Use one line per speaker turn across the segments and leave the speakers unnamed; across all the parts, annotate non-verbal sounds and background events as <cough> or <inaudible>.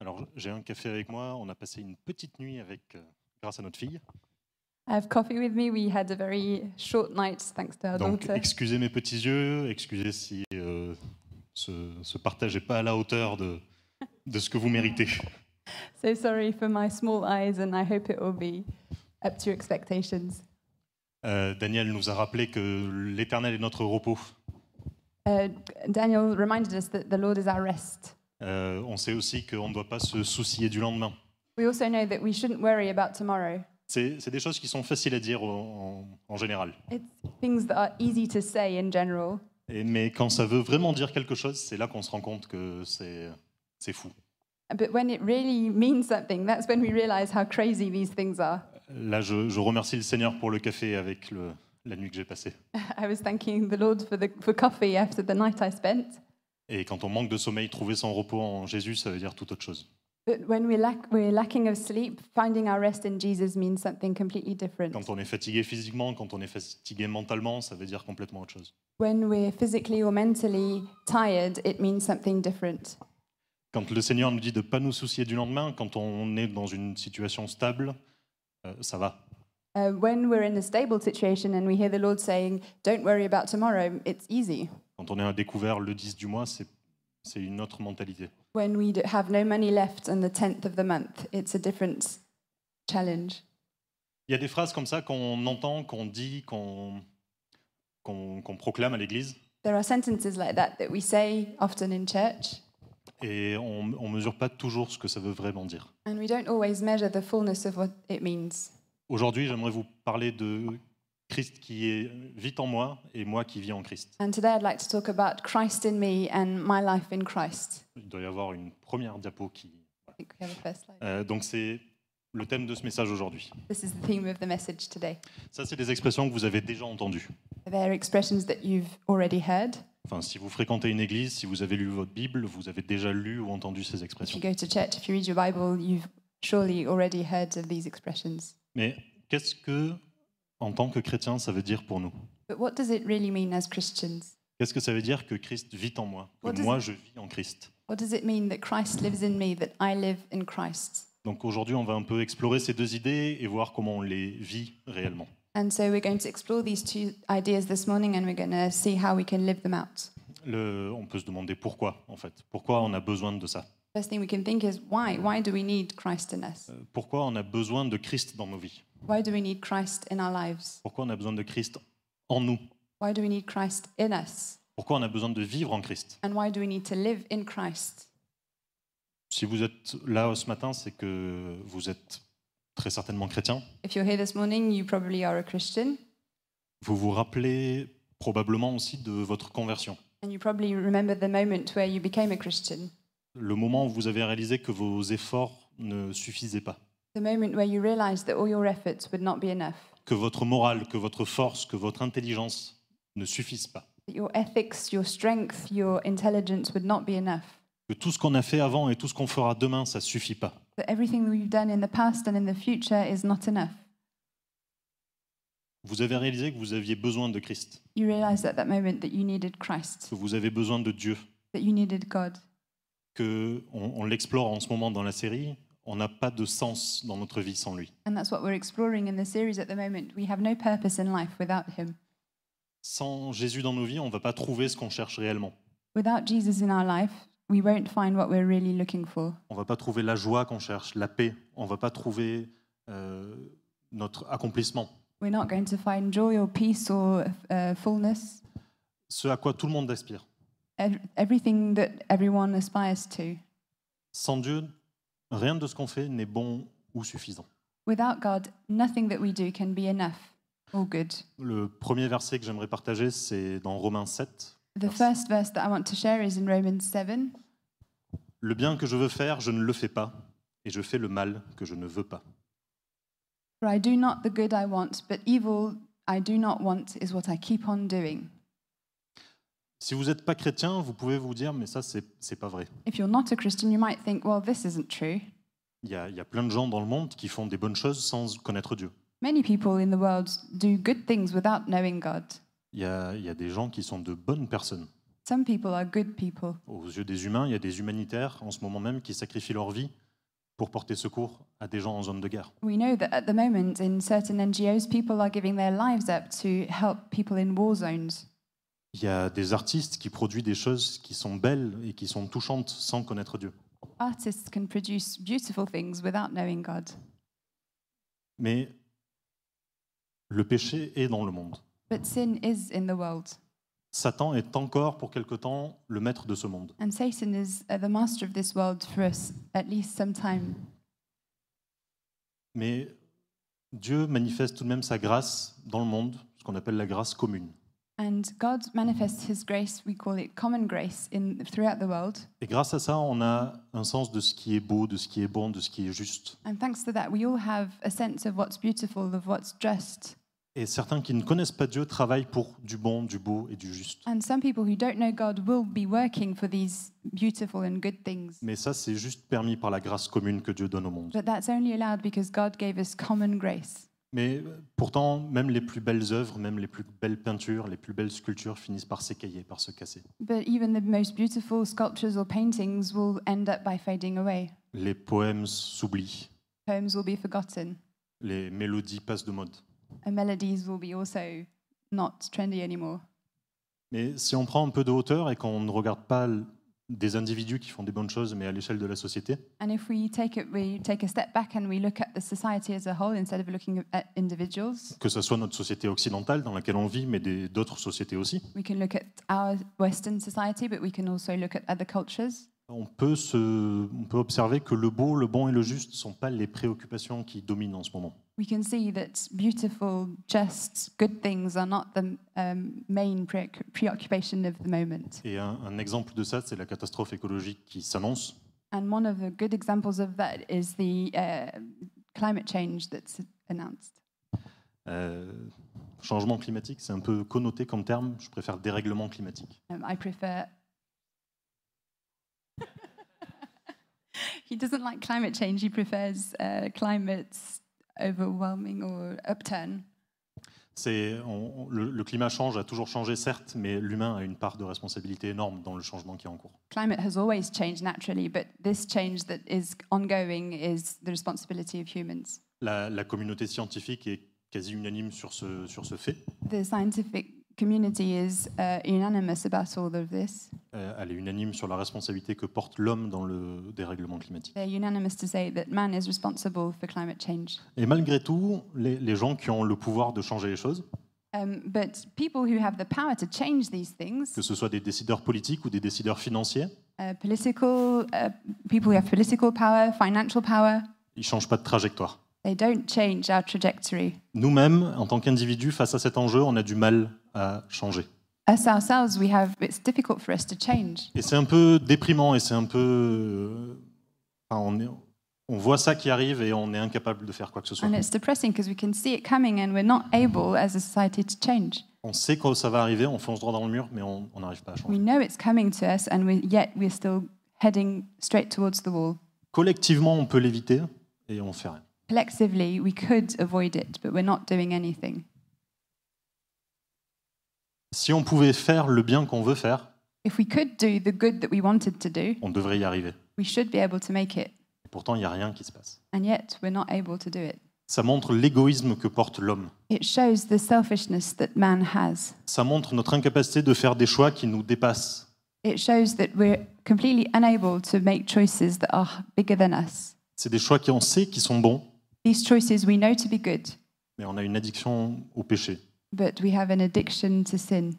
Alors, j'ai un café avec moi. On a passé une petite nuit avec, euh, grâce à notre fille.
I have coffee with me. We had a very short night thanks to our
Donc,
daughter.
excusez mes petits yeux, excusez si euh, ce, ce partage n'est pas à la hauteur de, de ce que vous méritez.
So sorry for my small eyes, and I hope it will be up to your expectations.
Euh, Daniel nous a rappelé que l'Éternel est notre repos.
Uh, Daniel reminded us that the Lord is our rest.
Euh, on sait aussi qu'on ne doit pas se soucier du lendemain.
We also know that we shouldn't worry about tomorrow.
C'est c'est des choses qui sont faciles à dire en, en- en général.
It's things that are easy to say in general,
Et- mais quand ça veut vraiment dire quelque chose, c'est là qu'on se rend compte que c'est c'est fou.
but when it really means something, that's when we realize how crazy these things are.
Là, je, je remercie le Seigneur pour le café avec le- la nuit que j'ai passée.
I was thanking the Lord for the for coffee after the night I spent.
Et quand on manque de sommeil, trouver son repos en Jésus, ça veut dire tout autre chose.
But when we lack, we're lacking of sleep, finding our rest in Jesus means something completely different.
Quand on est fatigué physiquement, quand on est fatigué mentalement, ça veut dire complètement autre chose.
When we're physically or mentally tired, it means something different.
Quand le Seigneur nous dit de ne pas nous soucier du lendemain, quand on est dans une situation stable, euh, ça va.
Uh, when we're in a stable situation and we hear the Lord saying, Don't worry about tomorrow, it's easy.
Quand on est à découvert le 10 du mois, c'est c'est une autre mentalité.
When we d- have no money left on the 10th of the month, it's a different challenge.
Il y a des phrases comme ça qu'on entend, qu'on dit, qu'on qu'on- qu'on proclame à l'Église,
There are sentences like that that we say often in church,
et on ne mesure pas toujours ce que ça veut vraiment dire.
and we don't always measure the fullness of what it means.
Aujourd'hui, j'aimerais vous parler de Christ qui est vit en moi et moi qui vis en Christ.
And today I'd like to talk about Christ in me and my life in Christ.
Il doit y avoir une première diapo qui.
I think we have a first slide.
Euh, donc, c'est le thème de ce message aujourd'hui.
This is the theme of the message today.
Ça, c'est des expressions que vous avez déjà entendues.
They're expressions that you've already heard.
Enfin, si vous fréquentez une église, si vous avez lu votre Bible, vous avez déjà lu ou entendu ces
If you
expressions.
go to church, if you read your Bible, you've surely already heard of these expressions.
Mais qu'est-ce que, en tant que chrétien, ça veut dire pour nous
But what does it really mean as Christians?
Qu'est-ce que ça veut dire que Christ vit en moi
What
Que
does
moi,
it-
je vis en Christ.
What does it mean that Christ lives in me, that I live in Christ?
Donc aujourd'hui, on va un peu explorer ces deux idées et voir comment on les vit réellement.
And so we're going to explore these two ideas this morning and we're going to see how we can live them out.
Le- on peut se demander pourquoi, en fait. Pourquoi on a besoin de ça
First thing we can think is why? Why do we need Christ in us?
Euh, Pourquoi on a besoin de Christ dans nos vies
Why do we need Christ in our lives?
Pourquoi on a besoin de Christ en nous
Why do we need Christ in us?
Pourquoi on a besoin de vivre en Christ
And why do we need to live in Christ?
Si vous êtes là ce matin, c'est que vous êtes très certainement chrétien.
If you're here this morning, you probably are a Christian
Vous vous rappelez probablement aussi de votre conversion,
and you probably remember the moment where you became a Christian,
le moment où vous avez réalisé que vos efforts ne suffisaient pas,
the moment where you realized that all your efforts would not be enough,
que votre morale, que votre force, que votre intelligence ne suffisent pas,
that your ethics, your strength, your intelligence would not be enough,
que tout ce qu'on a fait avant et tout ce qu'on fera demain, ça suffit pas.
that everything we've done in the past and in the future is not enough.
Vous avez réalisé que vous aviez besoin de Christ,
You realized at that moment that you needed Christ,
que vous avez besoin de Dieu,
that you needed God.
que on, on l'explore en ce moment dans la série. On n'a pas de sens dans notre vie sans lui.
And that's what we're exploring in the series at the moment. We have no purpose in life without Him.
Sans Jésus dans nos vies, on ne va pas trouver ce qu'on cherche réellement.
Without Jesus in our life, we won't find what we're really looking for.
On ne va pas trouver la joie qu'on cherche, la paix. On ne va pas trouver euh, notre accomplissement.
We're not going to find joy or peace or uh, fullness,
Ce à quoi tout le monde aspire.
ev- everything that everyone aspires to.
Sans Dieu, rien de ce qu'on fait n'est bon ou suffisant.
Without God, nothing that we do can be enough or good.
Le premier verset que j'aimerais partager, c'est dans Romains 7.
The
Yes.
first verse that I want to share is in Romans 7.
Le bien que je veux faire, je ne le fais pas, et je fais le mal que je ne veux pas.
For I do not the good I want, but evil I do not want is what I keep on doing.
Si vous n'êtes pas chrétien, vous pouvez vous dire, mais ça, c'est c'est pas vrai.
If you're not a Christian, you might think, well, this isn't true.
Il y, a, il y a plein de gens dans le monde qui font des bonnes choses sans connaître Dieu.
Many people in the world do good things without knowing God.
Il y a, il y a des gens qui sont de bonnes personnes,
Some people are good people.
Aux yeux des humains, il y a des humanitaires en ce moment même qui sacrifient leur vie pour porter secours à des gens en zone de guerre.
We know that at the moment in certain NGOs, people are giving their lives up to help people in war zones.
Il y a des artistes qui produisent des choses qui sont belles et qui sont touchantes sans connaître Dieu.
Artists can produce beautiful things without knowing God.
Mais le péché est dans le monde.
But sin is in the world,
Satan est encore pour quelque temps le maître de ce monde.
and Satan is uh, the master of this world for us at least some time.
Mais Dieu manifeste tout de même sa grâce dans le monde, ce qu'on appelle la grâce commune.
And God manifests His grace, we call it common grace, in, throughout the world.
Et grâce à ça, on a un sens de ce qui est beau, de ce qui est bon, de ce qui est juste.
And thanks to that, we all have a sense of what's beautiful, of what's just.
Et certains qui ne connaissent pas Dieu travaillent pour du bon, du beau et du juste.
And some people who don't know God will be working for these beautiful and good things.
Mais ça, c'est juste permis par la grâce commune que Dieu donne au monde.
But that's only allowed because God gave us common grace.
Mais euh, pourtant, même les plus belles œuvres, même les plus belles peintures, les plus belles sculptures finissent par s'écailler, par se casser.
But even the most beautiful sculptures or paintings will end up by fading away.
Les poèmes s'oublient,
Poems will be forgotten,
les mélodies passent de mode.
and melodies will be also not trendy anymore.
Mais si on prend un peu de hauteur et qu'on ne regarde pas l- des individus qui font des bonnes choses, mais à l'échelle de la société,
And if we take it, we take a step back and we look at the society as a whole instead of looking at individuals.
que ce soit notre société occidentale dans laquelle on vit, mais des- d'autres sociétés aussi,
We can look at our Western society, but we can also look at other cultures.
on peut, se- on peut observer que le beau, le bon et le juste ne sont pas les préoccupations qui dominent en ce moment.
We can see that beautiful, just, good things are not the um, main pre- preoccupation of the moment.
Et un- un exemple de ça, c'est la catastrophe écologique qui s'annonce.
And one of the good examples of that is the uh, climate change that's announced.
Euh, changement climatique, c'est un peu connoté comme terme. Je préfère dérèglement climatique.
Um, I prefer. <laughs> he doesn't like climate change. He prefers uh, climate's overwhelming or upturn.
C'est on- on- le, le climat change, a toujours changé certes, mais l'humain a une part de responsabilité énorme dans le changement qui est en cours.
Climate has always changed naturally, but this change that is ongoing is the responsibility of humans.
La, la communauté scientifique est quasi unanime sur ce, sur ce fait.
The scientific community is uh, unanimous about all of this.
Euh, elle est unanime sur la responsabilité que porte l'homme dans le dérèglement climatique.
They're unanimous to say that man is responsible for climate change.
Et malgré tout, les, les gens qui ont le pouvoir de changer les choses,
Um, but people who have the power to change these things
que ce soit des décideurs politiques ou des décideurs financiers,
uh, political uh, people who have political power, financial power,
ils changent pas de trajectoire.
they don't change our trajectory.
Nous-mêmes, en tant qu'individus, face à cet enjeu, on a du mal à changer.
Us ourselves, we have it's difficult for us to change,
Et c'est un peu déprimant et c'est un peu. euh, enfin, on, est- on voit ça qui arrive et on est incapable de faire quoi que ce soit.
and it's depressing because we can see it coming and we're not able as a society to change.
On sait quand ça va arriver, on fonce droit dans le mur, mais on on n'arrive pas à
We
changer.
know it's coming to us, and we, yet we're still heading straight towards the wall.
Collectivement, on peut l'éviter et on fait rien.
Collectively, we could avoid it, but we're not doing anything.
Si on pouvait faire le bien qu'on veut faire,
If we could do the good that we wanted to do,
on devrait y arriver.
we should be able to make it,
Et pourtant, il n'y a rien qui se passe.
and yet we're not able to do it.
Ça montre l'égoïsme que porte l'homme.
It shows the selfishness that man has.
Ça montre notre incapacité de faire des choix qui nous dépassent.
It shows that we're completely unable to make choices that are bigger than us.
C'est des choix qu'on sait qui sont bons,
These choices we know to be good,
mais on a une addiction au péché.
but we have an addiction to sin.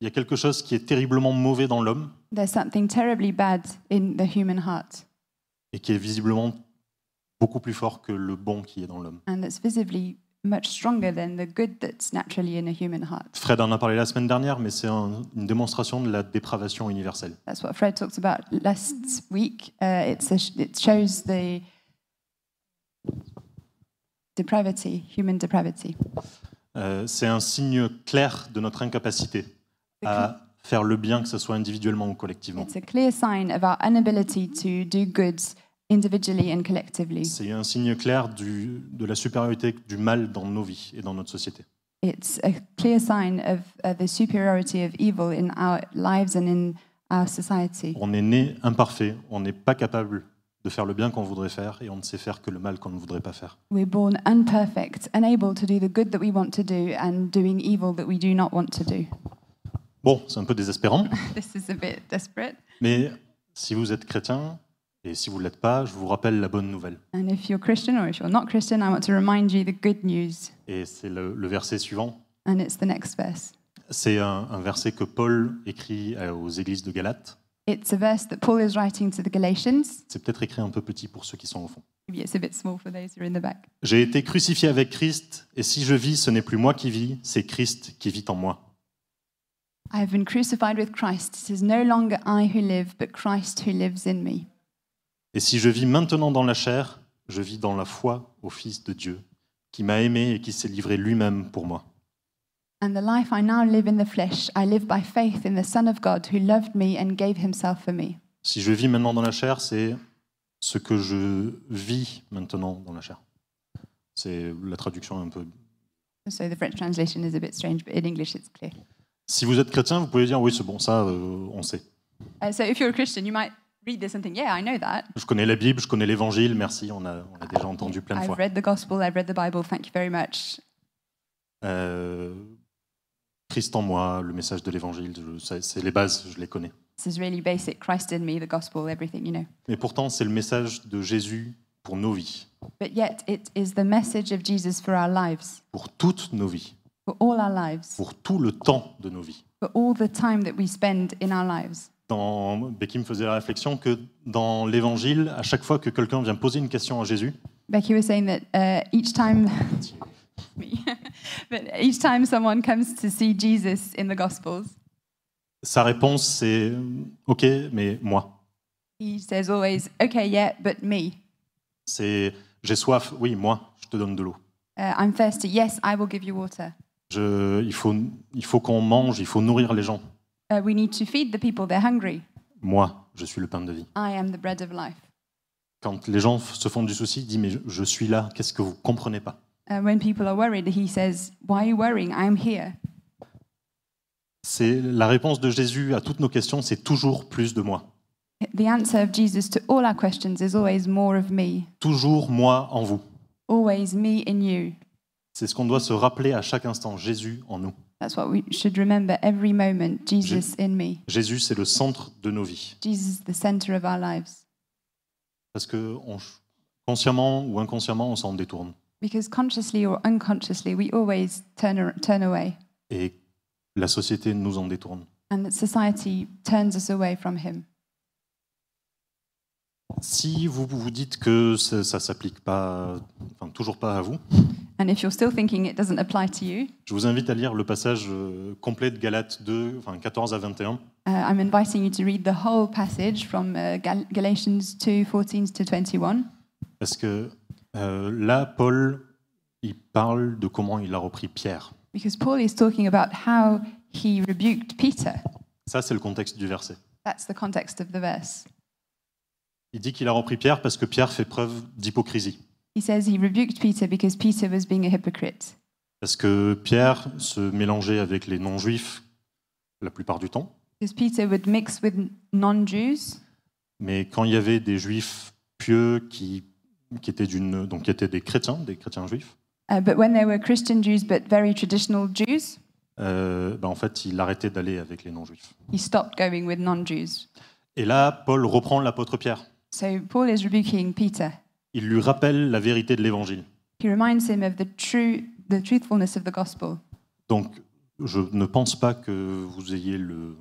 Il y a quelque chose qui est terriblement mauvais dans l'homme
There's something terribly bad in the human heart,
et qui est visiblement beaucoup plus fort que le bon qui est dans l'homme.
and that's visibly much stronger than the good that's naturally in a human heart.
Fred en a parlé la semaine dernière, mais c'est un- une démonstration de la dépravation universelle.
That's what Fred talked about last week. Uh, it's a sh- it shows the depravity, human depravity.
Euh, c'est un signe clair de notre incapacité à faire le bien, que ce soit individuellement ou collectivement.
It's a clear sign of our inability to do good individually and collectively.
C'est un signe clair du- de la supériorité du mal dans nos vies et dans notre société.
It's a clear sign of uh, the superiority of evil in our lives and in our society.
On est né imparfait, on n'est pas capable de faire le bien qu'on voudrait faire et on ne sait faire que le mal qu'on ne voudrait pas faire.
We're born unperfect, unable to do the good that we want to do and doing evil that we do not want to do.
Bon, c'est un peu désespérant,
This is a bit desperate.
mais si vous êtes chrétien et si vous ne l'êtes pas, je vous rappelle la bonne nouvelle.
And if you're Christian or if you're not Christian, I want to remind you the good news.
Et c'est le, le verset suivant.
And it's the next verse.
C'est un, un verset que Paul écrit euh, aux églises de Galate.
It's a verse that Paul is writing to the Galatians.
C'est peut-être écrit un peu petit pour ceux qui sont au fond.
Maybe it's a bit small for those who are in the back.
J'ai été crucifié avec Christ, et si je vis, ce n'est plus moi qui vis, c'est Christ qui vit en moi.
I have been crucified with Christ. It is no longer I who live, but Christ who lives in me.
Et si je vis maintenant dans la chair, je vis dans la foi au Fils de Dieu, qui m'a aimé et qui s'est livré lui-même pour moi.
And the life I now live in the flesh, I live by faith in the Son of God who loved me and gave himself for me.
Si je vis maintenant dans la chair, c'est ce que je vis maintenant dans la chair. C'est la traduction un peu.
So the French translation is a bit strange, but in English it's clear.
Si vous êtes chrétien, vous pouvez dire oui, c'est bon, ça, euh, on sait.
Uh, so if you're a Christian, you might read this and think, yeah, I know that.
Je connais la Bible, je connais l'Évangile, merci, on a, on a déjà entendu plein de
I've
fois.
read the gospel, I've read the Bible, thank you very much.
Euh, Christ en moi, le message de l'Évangile, je- ça, c'est les bases, je les connais.
This is really basic Christ in me, the gospel, everything, you know.
Mais pourtant, c'est le message de Jésus pour nos vies,
But yet it is the message of Jesus for our lives,
pour toutes nos vies,
for all our lives,
pour tout le temps de nos vies.
for all the time that we spend in our lives.
Dans, Becky me faisait la réflexion que dans l'Évangile, à chaque fois que quelqu'un vient poser une question à Jésus,
Becky was saying that uh, each time, me, <laughs> but each time someone comes to see Jesus in the Gospels,
sa réponse c'est euh, OK, mais moi.
he says always, "Okay, yeah, but me.
C'est j'ai soif, oui, moi, je te donne de l'eau.
Uh, I'm thirsty. Yes, I will give you water.
Je- Il faut, il faut qu'on mange, il faut nourrir les gens.
Uh, we need to feed the people. They're hungry.
Moi, je suis le pain de vie.
I am the bread of life."
Quand les gens f- se font du souci, ils disent mais je- je suis là, qu'est-ce que vous comprenez pas
Uh, when people are worried, he says, "Why are you worrying? I'm here."
C'est la réponse de Jésus à toutes nos questions, c'est toujours plus de moi,
The answer of Jesus to all our questions is always more of me,
toujours moi en vous.
always me in you.
C'est ce qu'on doit se rappeler à chaque instant, Jésus en nous.
That's what we should remember every moment Jesus in me.
Jésus, c'est le centre de nos vies,
Jesus is the center of our lives.
parce que on- consciemment ou inconsciemment, on s'en détourne.
Because consciously or unconsciously, we always turn, ar- turn away,
et la société nous en détourne.
and that society turns us away from Him.
Si vous vous dites que ça, ça s'applique pas, enfin toujours pas à vous,
And if you're still thinking it doesn't apply to you,
je vous invite à lire le passage euh, complet de Galates 2, enfin 14 à 21.
uh, I'm inviting you to read the whole passage from uh, Gal- Galatians 2 14 to 21.
Parce que euh, là, Paul, il parle de comment il a repris Pierre.
Because Paul is talking about how he rebuked Peter.
Ça, c'est le contexte du verset.
That's the context of the verse.
Il dit qu'il a repris Pierre parce que Pierre fait preuve d'hypocrisie.
He says he rebuked Peter because Peter was being a hypocrite.
Parce que Pierre se mélangeait avec les non-juifs la plupart du temps.
Because Peter would mix with non Jews,
Mais quand il y avait des juifs pieux qui, qui étaient d'une donc qui étaient des chrétiens, des chrétiens juifs,
uh, but when there were Christian Jews but very traditional Jews,
euh, ben en fait, il arrêtait d'aller avec les non-juifs.
he stopped going with non Jews.
Et là, Paul reprend l'apôtre Pierre.
So Paul is rebuking Peter.
Il lui rappelle la vérité de l'évangile.
He reminds him of the true the truthfulness of the gospel.
Donc, je ne pense pas que vous ayez le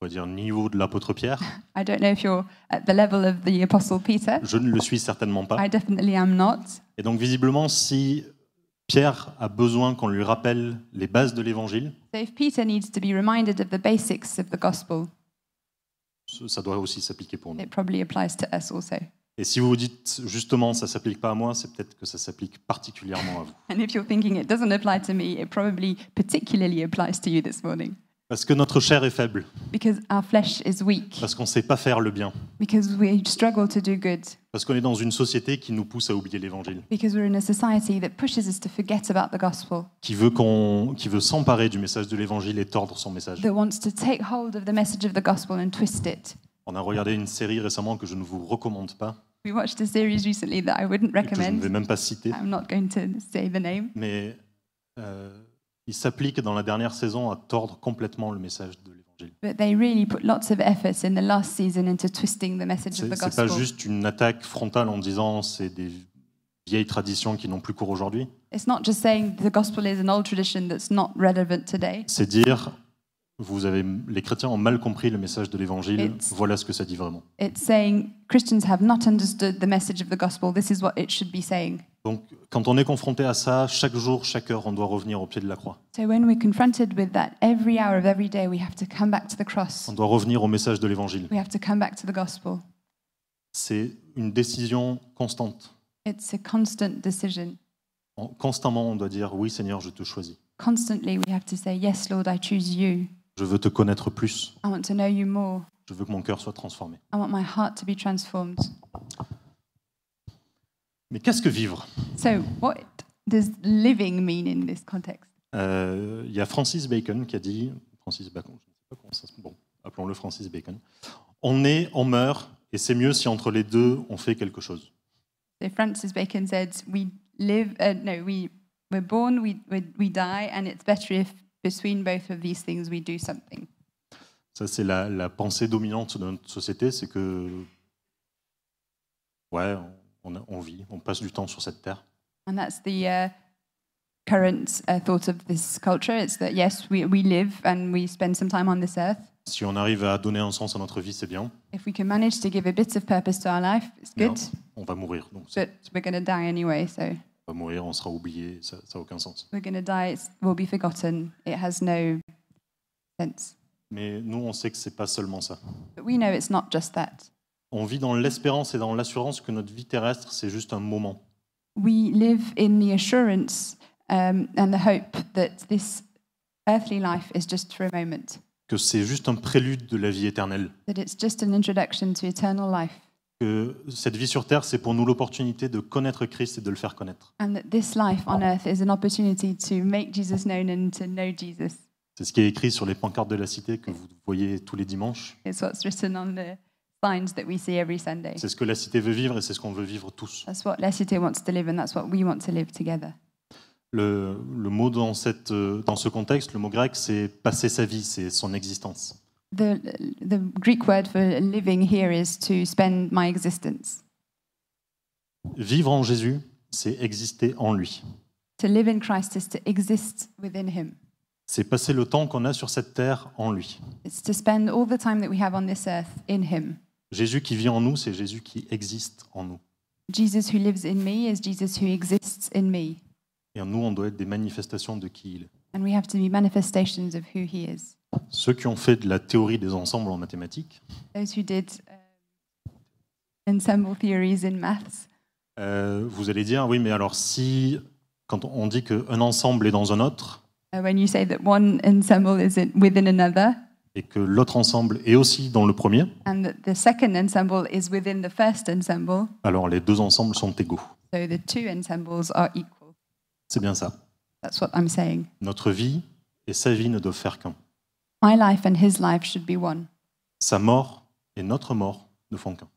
on va dire niveau de l'apôtre Pierre.
I don't know if you're at the level of the apostle Peter.
Je ne le suis certainement pas.
I definitely am not.
Et donc, visiblement, si Pierre a besoin qu'on lui rappelle les bases de l'évangile,
So if Peter needs to be reminded of the basics of the gospel,
ce- ça doit aussi s'appliquer pour nous.
it probably applies to us also.
Et si vous vous dites justement ça s'applique pas à moi, c'est peut-être que ça s'applique particulièrement à vous.
And if you're thinking it doesn't apply to me, it probably particularly applies to you this morning.
Parce que notre chair est faible,
because our flesh is weak,
parce qu'on ne sait pas faire le bien,
because we struggle to do good,
parce qu'on est dans une société qui nous pousse à oublier l'Évangile,
because we're in a society that pushes us to forget about the gospel,
qui veut qu'on- qui veut s'emparer du message de l'Évangile et tordre son message.
that wants to take hold of the message of the gospel and twist it.
On a regardé une série récemment que je ne vous recommande pas,
We watched a series recently that I wouldn't
et que je ne vais
recommend.
même pas citer,
I'm not going to say the name,
mais euh, il s'applique dans la dernière saison à tordre complètement le message de l'Évangile.
but they really put lots of efforts in the last season into twisting the message of
C'est
the
c'est pas
gospel.
juste une attaque frontale en disant c'est des vieilles traditions qui n'ont plus cours aujourd'hui.
It's not just saying the gospel is an old tradition that's not relevant today.
C'est dire vous avez les chrétiens ont mal compris le message de l'évangile.
It's-
Voilà ce que ça dit vraiment.
It's saying Christians have not understood the message of the gospel. This is what it should be saying.
Donc quand on est confronté à ça, chaque jour, chaque heure, on doit revenir au pied de la croix.
So when we're confronted with that, every hour of every day, we have to come back to the cross.
On doit revenir au message de l'évangile.
We have to come back to the gospel.
C'est une décision constante.
It's a constant decision.
En- Constamment, on doit dire oui, Seigneur, je te choisis.
Constantly, we have to say, Yes, Lord, I choose you.
Je veux te connaître plus.
I want to know you more.
Je veux que mon cœur soit transformé.
I want my heart to be transformed.
Mais qu'est-ce que vivre
So, what does living mean in this context?
Euh, Il y a Francis Bacon qui a dit, Francis Bacon, je ne sais pas comment ça se bon, appelons-le Francis Bacon, on est, on meurt, et c'est mieux si entre les deux, on fait quelque chose.
So, Francis Bacon said, We live, uh, no, we, we're born, we, we, we die, and it's better if between both of these things we do something.
Ça, c'est la, la pensée dominante de notre société, c'est que, ouais, on, on vit, on passe du temps sur cette terre.
And that's the uh, current uh, thought of this culture. It's that, yes, we, we live and we spend some time on this earth.
Si on arrive à donner un sens à notre vie, c'est bien,
If we can manage to give a bit of purpose to our life, it's
Yeah.
good,
on va mourir. Donc, c'est-
but we're going to die anyway. So
on va mourir, on sera oublié, ça n'a aucun sens.
we're going to die, it's, we'll be forgotten. It has no sense.
Mais nous, on sait que c'est pas seulement ça.
But we know it's not just that.
On vit dans l'espérance et dans l'assurance que notre vie terrestre, c'est juste un moment.
We live in the assurance um, and the hope that this earthly life is just for a moment,
que c'est juste un prélude de la vie éternelle.
that it's just an introduction to eternal life.
Que cette vie sur terre, c'est pour nous l'opportunité de connaître Christ et de le faire connaître.
And that this life on earth is an opportunity to make Jesus known and to know Jesus.
C'est ce qui est écrit sur les pancartes de la cité que vous voyez tous les dimanches.
It's what's written on the signs that we see every Sunday.
C'est ce que la cité veut vivre et c'est ce qu'on veut vivre tous.
That's what La Cité wants to live, and that's what we want to live together.
Le, le mot dans, cette, euh, dans ce contexte, le mot grec, c'est passer sa vie, c'est son existence.
The, the Greek word for living here is to spend my existence.
Vivre en Jésus, c'est exister en lui.
To live in Christ is to exist within Him.
C'est passer le temps qu'on a sur cette terre en lui.
It's to spend all the time that we have on this earth in Him.
Jésus qui vit en nous, c'est Jésus qui existe en nous.
Jesus who lives in me is Jesus who exists in me,
Et en nous, on doit être des manifestations de qui il est.
and we have to be manifestations of who He is.
Ceux qui ont fait de la théorie des ensembles en mathématiques,
those who did uh, ensemble theories in maths,
euh, vous allez dire, oui, mais alors si, quand on dit qu'un ensemble est dans un autre,
uh, when you say that one ensemble is in, within another
et que l'autre ensemble est aussi dans le premier,
and that the second ensemble is within the first ensemble,
alors les deux ensembles sont égaux.
so the two ensembles are equal.
C'est bien ça.
That's what I'm saying.
Notre vie et sa vie ne doivent faire qu'un.
My life and his life should be one.
Sa mort et notre mort ne font qu'un.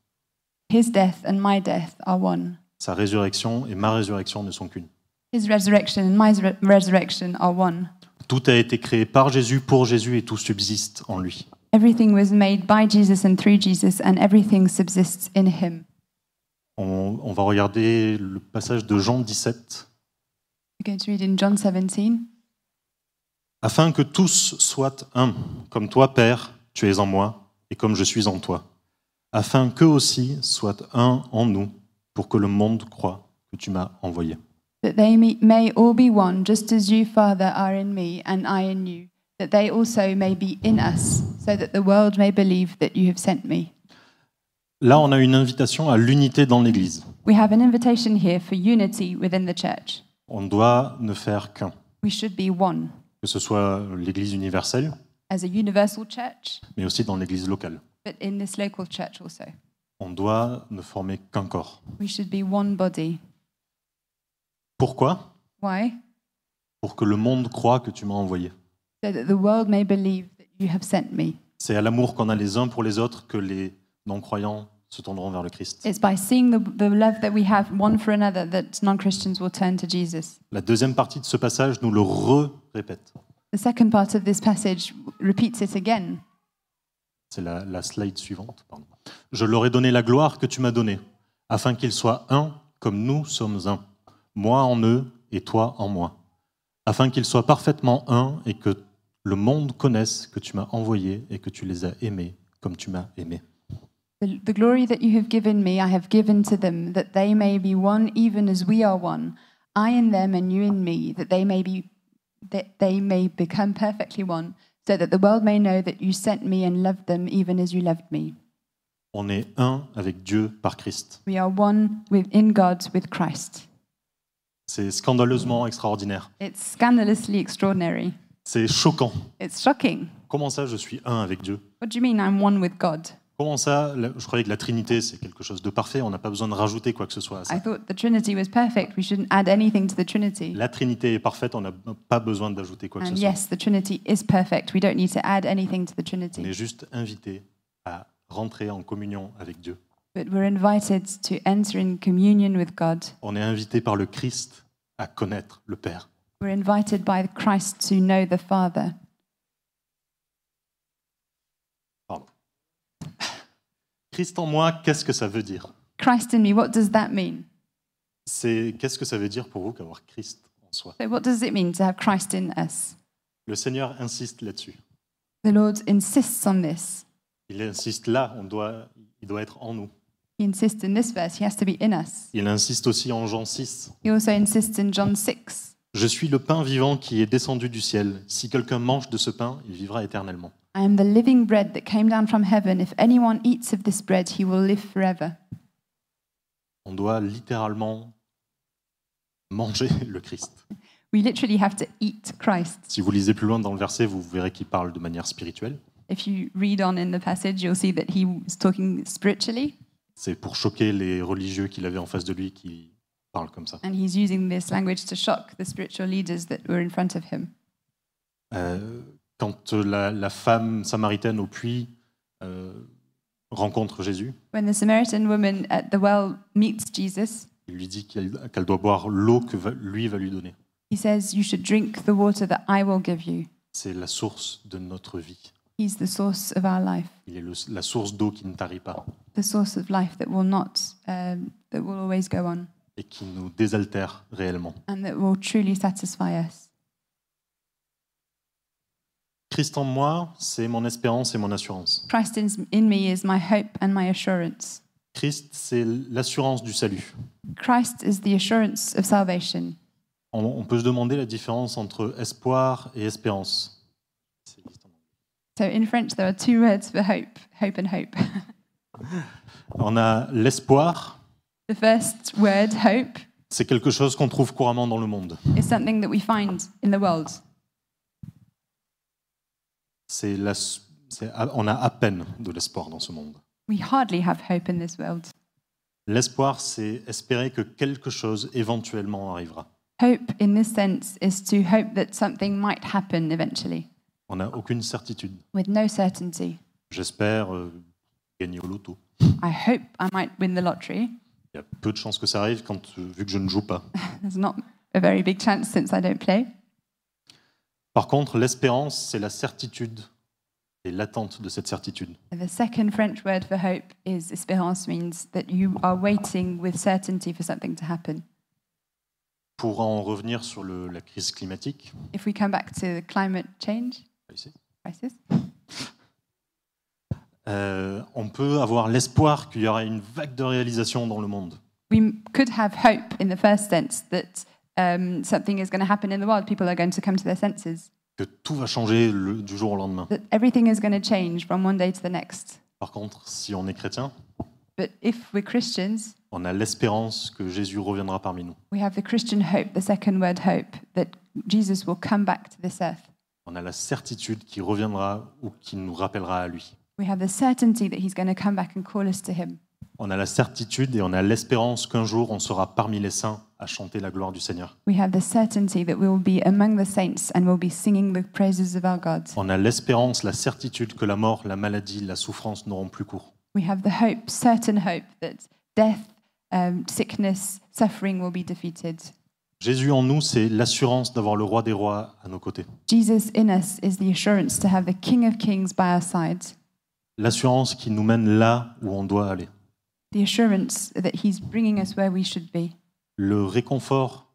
His death and my death are one.
Sa résurrection et ma résurrection ne sont qu'une.
His resurrection and my res- resurrection are one.
Tout a été créé par Jésus, pour Jésus, et tout subsiste en lui.
Everything was made by Jesus and through Jesus, and everything subsists in him.
On- on va regarder le passage de Jean 17,
We're going to read in John 17.
afin que tous soient un, comme toi, Père, tu es en moi, et comme je suis en toi, afin qu'eux aussi soient un en nous, pour que le monde croit que tu m'as envoyé.
that they may- may all be one, just as you, Father, are in me and I in you, that they also may be in us, so that the world may believe that you have sent me.
Là, on a une invitation à l'unité dans l'Église.
We have an invitation here for unity within the church.
On doit ne faire qu'un,
We should be one,
que ce soit l'Église universelle,
as a universal church,
mais aussi dans l'Église locale.
but in this local church also.
On doit ne former qu'un corps.
We should be one body.
Pourquoi
Why?
Pour que le monde croie que tu m'as envoyé.
So that the world may believe that you have sent me.
C'est à l'amour qu'on a les uns pour les autres que les non-croyants se tourneront vers le Christ.
It's by seeing the, the love that we have one for another that non Christians will turn to Jesus.
La deuxième partie de ce passage nous le re-répète.
The second part of this passage repeats it again.
C'est la, la slide suivante. pardon. Je leur ai donné la gloire que tu m'as donnée, afin qu'ils soient un comme nous sommes un, moi en eux et toi en moi, afin qu'ils soient parfaitement un et que le monde connaisse que tu m'as envoyé et que tu les as aimés comme tu m'as aimé.
The, the glory that you have given me, I have given to them, that they may be one even as we are one, I in them and you in me, that they may be that they may become perfectly one, so that the world may know that you sent me and loved them even as you loved me.
On est un avec Dieu par Christ.
We are one with, in God with Christ.
C'est scandaleusement extraordinaire.
It's scandalously extraordinary.
C'est choquant.
It's shocking.
Comment ça, je suis un avec Dieu
What do you mean I'm one with God?
Comment ça la- Je croyais que la Trinité, c'est quelque chose de parfait. On n'a pas besoin de rajouter quoi que ce soit à ça.
I thought the Trinity was perfect. We shouldn't add anything to the Trinity.
La Trinité est parfaite. On n'a pas besoin d'ajouter quoi que ce
And
soit.
Ah, yes, the Trinity is perfect. We don't need to add anything to the Trinity.
On est juste invité à rentrer en communion avec Dieu.
But we're invited to enter in communion with God.
On est invité par le Christ à connaître le Père.
We're invited by Christ to know the Father.
Pardon. Christ en moi, qu'est-ce que ça veut dire
Christ in me, what does that mean?
C'est qu'est-ce que ça veut dire pour vous qu'avoir Christ en soi
So, what does it mean to have Christ in us?
Le Seigneur insiste là-dessus.
The Lord insists on this.
Il insiste là, on doit, il doit être en nous.
He insists in this verse, He has to be in us.
Il insiste aussi en Jean 6.
He also insists in John 6
Je suis le pain vivant qui est descendu du ciel. Si quelqu'un mange de ce pain, il vivra éternellement.
I am the living bread that came down from heaven. If anyone eats of this bread, he will live forever.
On doit littéralement manger <laughs> le Christ.
We literally have to eat Christ.
Si vous lisez plus loin dans le verset, vous verrez qu'il parle de manière spirituelle.
If you read on in the passage, you'll see that he is talking spiritually,
C'est pour choquer les religieux qu'il avait en face de lui qui parlent comme ça.
and he's using this language to shock the spiritual leaders that were in front of him.
Euh, quand la, la femme samaritaine au puits euh, rencontre Jésus,
When the Samaritan woman at the well meets Jesus,
il lui dit qu'elle qu'elle doit boire l'eau que va- lui va lui donner.
he says, You should drink the water that I will give you.
C'est la source de notre vie.
He's the source of our life,
Il est le- la source d'eau qui ne tarit pas
the source of life that will not, um, that will always go on,
et qui nous désaltère réellement.
and that will truly satisfy us.
Christ en moi, c'est mon espérance et mon assurance.
Christ in, in me is my hope and my assurance.
Christ, c'est l'assurance du salut.
Christ is the assurance of salvation.
On, on peut se demander la différence entre espoir et espérance.
So in French, there are two words for hope hope and hope. <laughs>
On a l'espoir,
the first word, hope,
c'est quelque chose qu'on trouve couramment dans le monde.
is something that we find in the world.
C'est la, c'est- on a à peine de l'espoir dans ce monde.
We hardly have hope in this world.
L'espoir, c'est espérer que quelque chose éventuellement arrivera.
Hope, in this sense, is to hope that something might happen eventually
On n'a aucune certitude.
with no certainty.
J'espère euh, gagner au loto.
I hope I might win the lottery.
Il y a peu de chances que ça arrive quand, euh, vu que je ne joue pas.
There's not a very big chance since I don't play.
Par contre, l'espérance, c'est la certitude et l'attente de cette certitude.
The second French word for hope is espérance, means that you are waiting with certainty for something to happen.
Pour en revenir sur le- la crise climatique,
If we come back to climate change
ici,
crisis,
Euh, on peut avoir l'espoir qu'il y aura une vague de réalisation dans le monde.
we m- could have hope in the first sense that um, something is going to happen in the world. People are going to come to their senses,
Que tout va changer le- du jour au lendemain.
that everything is going to change from one day to the next.
Par contre, si on est chrétien,
But if we're Christians,
on a l'espérance que Jésus reviendra parmi nous.
we have the Christian hope, the second word hope, that Jesus will come back to this earth.
On on a la certitude qu'il reviendra ou qu'il nous rappellera à lui.
We have the certainty that He's going to come back and call us to Him.
On a la certitude et on a l'espérance qu'un jour on sera parmi les saints à chanter la gloire du Seigneur.
We have the certainty that we will be among the saints and we'll be singing the praises of our God.
On a l'espérance, la certitude que la mort, la maladie, la souffrance n'auront plus cours.
We have the hope, certain hope, that death, um, sickness, suffering will be defeated.
Jésus en nous, c'est l'assurance d'avoir le roi des rois à nos côtés.
Jesus in us is the assurance to have the King of Kings by our side,
L'assurance qui nous mène là où on doit aller.
the assurance that He's bringing us where we should be,
Le réconfort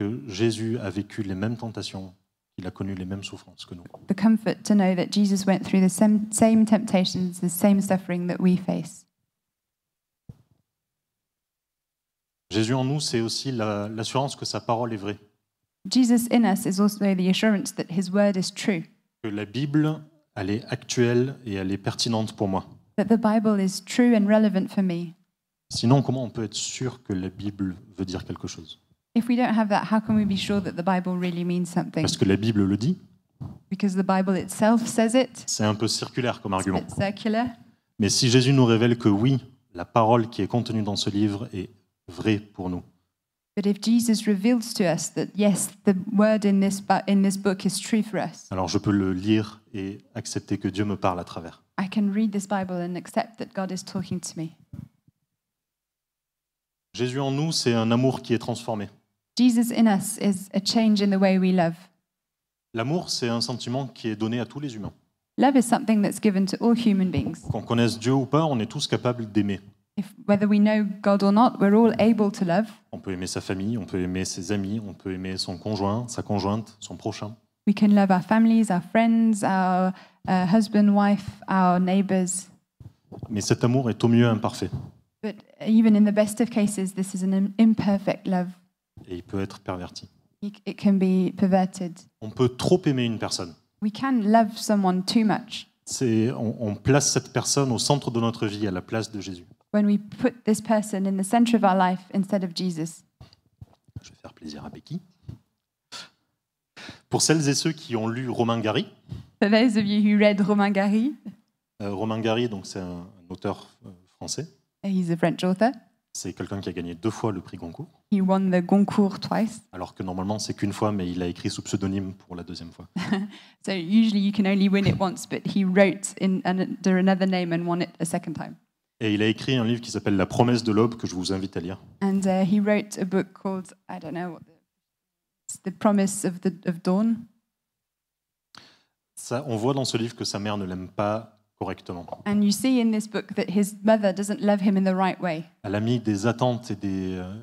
que Jésus a vécu les mêmes tentations, qu'il a connu les mêmes souffrances que nous.
the comfort to know that Jesus went through the same, same temptations, the same suffering that we face.
Jésus en nous, c'est aussi la- l'assurance que sa parole est vraie,
Jesus in us is also the assurance that His word is true,
que la Bible, elle est actuelle et elle est pertinente pour moi.
that the Bible is true and relevant for me.
Sinon, comment on peut être sûr que la Bible veut dire quelque chose
If we don't have that, how can we be sure that the Bible really means something?
Parce que la Bible le dit,
Because the Bible itself says it.
c'est un peu circulaire comme
It's a
argument.
bit circular.
Mais si Jésus nous révèle que oui, la parole qui est contenue dans ce livre est vraie pour nous,
But if Jesus reveals to us that yes, the word in this bu- in this book is true for us,
alors je peux le lire et accepter que Dieu me parle à travers.
I can read this Bible and accept that God is talking to me.
Jésus en nous, c'est un amour qui est transformé.
Jesus in us is a change in the way we love.
L'amour, c'est un sentiment qui est donné à tous les humains.
Love is something that's given to all human beings.
Qu'on connaisse Dieu ou pas, on est tous capables d'aimer.
If whether we know God or not, we're all able to love.
On peut aimer sa famille, on peut aimer ses amis, on peut aimer son conjoint, sa conjointe, son prochain.
We can love our families, our friends, our uh, husband, wife, our neighbors.
Mais cet amour est au mieux imparfait.
But even in the best of cases, this is an im- imperfect love.
et il peut être perverti.
It it can be perverted.
On peut trop aimer une personne.
We can love someone too much.
C'est, on, on place cette personne au centre de notre vie, à la place de Jésus.
when we put this person in the center of our life instead of Jesus.
Je vais faire plaisir à Becky. Pour celles et ceux qui ont lu Romain Gary,
For those of you who read Romain Gary,
euh, Romain Gary, donc c'est un, un auteur euh, français.
he's a French author.
C'est quelqu'un qui a gagné deux fois le prix Goncourt,
He won the Goncourt twice.
alors que normalement c'est qu'une fois, mais il a écrit sous pseudonyme pour la deuxième fois.
So usually you can only win it once, but he wrote in, under another name and won it a second time.
Et il a écrit un livre qui s'appelle La promesse de l'aube, que je vous invite à lire.
And uh, he wrote a book called, I don't know, what the, it's The Promise of, the, of Dawn.
Ça, on voit dans ce livre que sa mère ne l'aime pas correctement.
And you see in this book that his mother doesn't love him in the right way.
Elle a mis des attentes et des euh,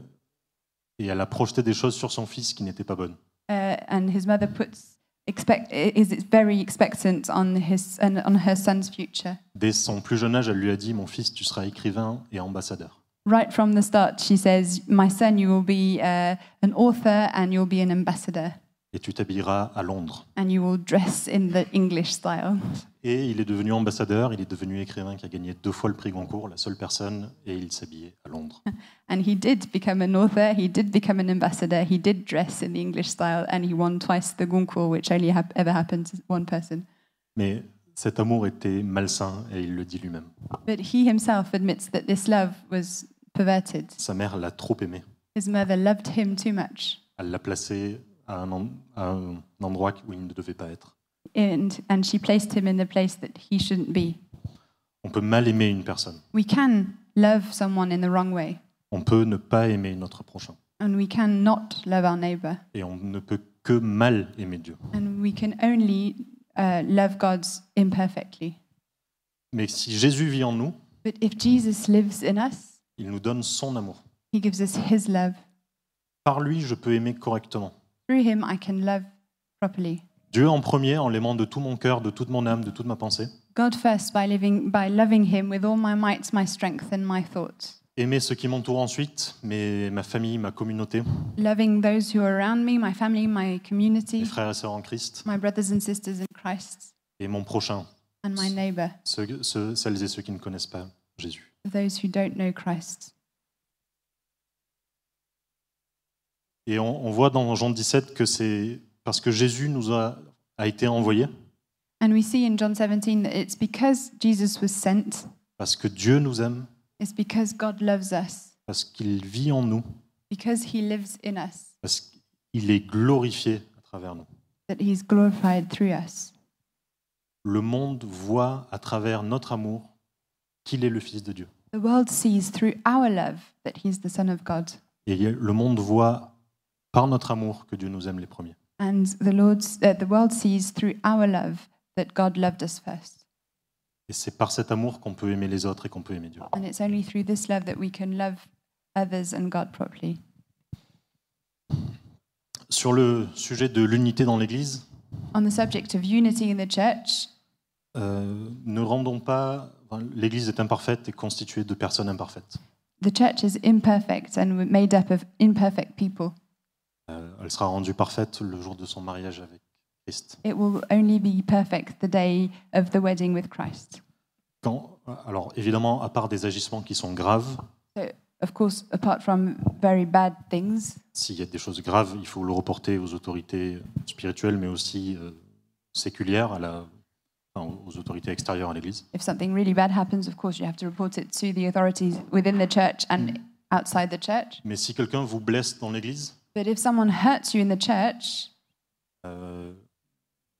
et elle a projeté des choses sur son fils qui n'étaient pas bonnes.
Uh, and his mother puts, expect, is very expectant on, his, on on her son's future.
Dès son plus jeune âge, elle lui a dit "Mon fils, tu seras écrivain et ambassadeur."
Right from the start, she says, My son, you will be uh, an author and you'll be an ambassador
Et tu t'habilleras à Londres.
and you will dress in the English style.
Et il est devenu ambassadeur, il est devenu écrivain qui a gagné deux fois le prix Goncourt, la seule personne, et il s'habillait à Londres.
And he did become an author, he did become an ambassador, he did dress in the English style, and he won twice the Goncourt, which only hap ever happened to one person.
Mais cet amour était malsain et il le dit lui-même.
But he himself admits that this love was perverted.
Sa mère l'a trop aimé.
His mother loved him too much,
Elle l'a placé à un, en- à un endroit où il ne devait pas être.
and, and she placed him in the place that he shouldn't be.
On peut mal aimer une personne.
We can love someone in the wrong way,
On peut ne pas aimer notre prochain.
and we can not love our neighbor.
et on ne peut que mal aimer Dieu.
And we can only uh, love God imperfectly.
Mais si Jésus vit en nous,
But if Jesus lives in us,
il nous donne son amour.
he gives us his love.
Par lui, je peux aimer correctement.
Through him, I can love properly.
Dieu en premier, en l'aimant de tout mon cœur, de toute mon âme, de toute ma pensée.
God first by living by loving him with all my might, my strength and my thoughts.
Aimer ceux qui m'entourent ensuite, mais ma famille, ma communauté,
Loving those who are around me, my family, my
mes
community,
frères et sœurs en Christ,
my brothers and sisters in Christ,
et mon prochain,
and my neighbor,
ceux- ceux- celles et ceux qui ne connaissent pas Jésus.
those who don't know Christ.
Et on, on voit dans Jean 17 que c'est parce que Jésus nous a a été envoyé
And we see in John 17 that it's because Jesus was sent,
Parce que Dieu nous aime,
it's because God loves us,
parce qu'il vit en nous,
because he lives in us,
parce qu'il est glorifié à travers nous.
that he's glorified through us.
Le monde voit à travers notre amour qu'il est le Fils de Dieu.
The world sees through our love that he's the Son of God,
Et le monde voit par notre amour que Dieu nous aime les premiers.
and the, Lord's, uh, the world sees through our love that God loved us first.
Et c'est par cet amour qu'on peut aimer les autres et qu'on peut aimer Dieu.
And it's only through this love that we can love others and God properly.
Sur le sujet de l'unité dans l'Église,
On the subject of unity in the church,
euh, ne rendons pas... enfin, L'Église est imparfaite et constituée de personnes imparfaites.
the church is imperfect and made up of imperfect people.
Euh, elle sera rendue parfaite le jour de son mariage avec Christ.
It will only be perfect the day of the wedding with Christ.
Quand, alors évidemment, à part des agissements qui sont graves,
Of course, apart from very bad things,
s'il y a des choses graves, il faut le reporter aux autorités spirituelles, mais aussi euh, séculières, à la, enfin, aux autorités extérieures à l'Église.
if something really bad happens, of course, you have to report it to the authorities within the church and outside the church.
Mais si quelqu'un vous blesse dans l'Église,
But if someone hurts you in the church,
euh,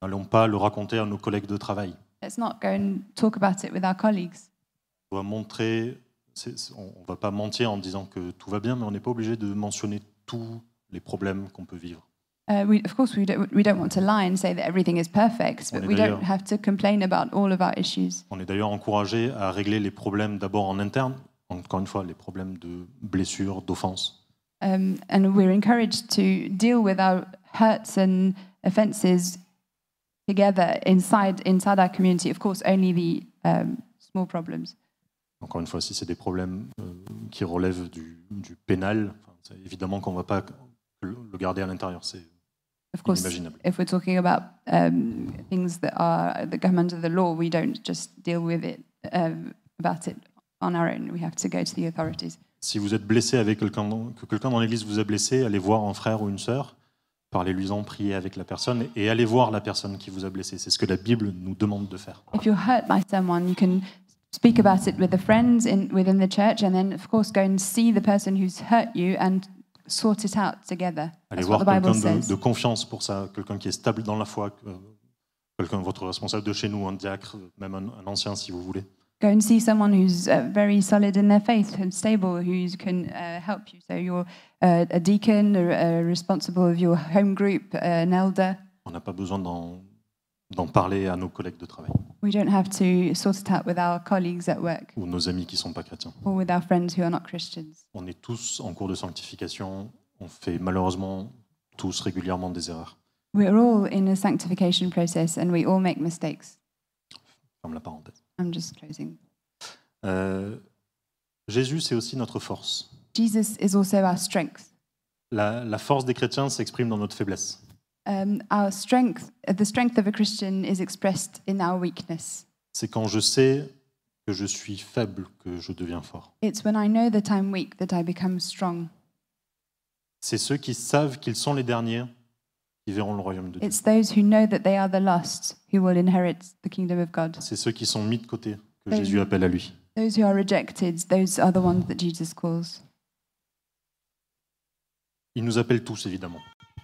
n'allons pas le raconter à nos collègues de travail.
let's not go and talk about it with our colleagues.
On doit montrer, c'est- c'est- on ne va pas mentir en disant que tout va bien, mais on n'est pas obligé de mentionner tous les problèmes qu'on peut vivre.
Uh, we, of course, we don't, we don't want to lie and say that everything is perfect, but
On est
we don't
d'ailleurs-
have to complain about all of our issues.
On est d'ailleurs encouragé à régler les problèmes d'abord en interne, encore une fois, les problèmes de blessures, d'offenses,
Um, and we're encouraged to deal with our hurts and offences together inside inside our community. Of course, only the um, small problems.
encore une fois, si c'est des problèmes euh, qui relèvent du, du pénal, enfin, c'est évidemment qu'on ne va pas le le garder à l'intérieur, c'est
Of course,
inimaginable.
if we're talking about um, things that are that come under the law, we don't just deal with it um, about it on our own. We have to go to the authorities.
Si vous êtes blessé avec quelqu'un, dans- que quelqu'un dans l'église vous a blessé, allez voir un frère ou une sœur, parlez-lui-en, priez avec la personne et allez voir la personne qui vous a blessé. C'est ce que la Bible nous demande de faire.
If you're hurt by someone, you can speak about it with the friends in, within the church, and then, of course, go and see the person who's hurt you and sort it out together.
Allez
That's
voir
what the Bible
quelqu'un de,
says.
de confiance pour ça, quelqu'un qui est stable dans la foi, euh, quelqu'un, votre responsable de chez nous, un diacre, même un, un ancien si vous voulez.
Go and see someone who's uh, very solid in their faith and stable, who can uh, help you. So you're uh, a deacon, or, uh, responsible of your home group, uh, an elder.
On n'a pas besoin d'en d'en parler à nos collègues de travail
We don't have to sort it out with our colleagues at work
ou nos amis qui sont pas chrétiens.
or with our friends who are not Christians.
On est tous en cours de sanctification, on fait malheureusement tous régulièrement des erreurs.
We're all in a sanctification process, and we all make mistakes.
Ferme la parenthèse.
I'm just closing.
Euh, Jésus, c'est aussi notre force.
Jesus is also our strength.
La, la force des chrétiens s'exprime dans notre faiblesse.
Um, our strength, uh, the strength of a Christian, is expressed in our weakness.
C'est quand je sais que je suis faible que je deviens fort.
It's when I know that I'm weak that I become strong.
C'est ceux qui savent qu'ils sont les derniers qui verront le royaume de Dieu.
It's those who know that they are the lost who will inherit the kingdom of God.
C'est ceux qui sont mis de côté que
Amen.
Jésus appelle à lui.
Those who are rejected, those are the ones that Jesus calls.
Il nous appelle tous, évidemment.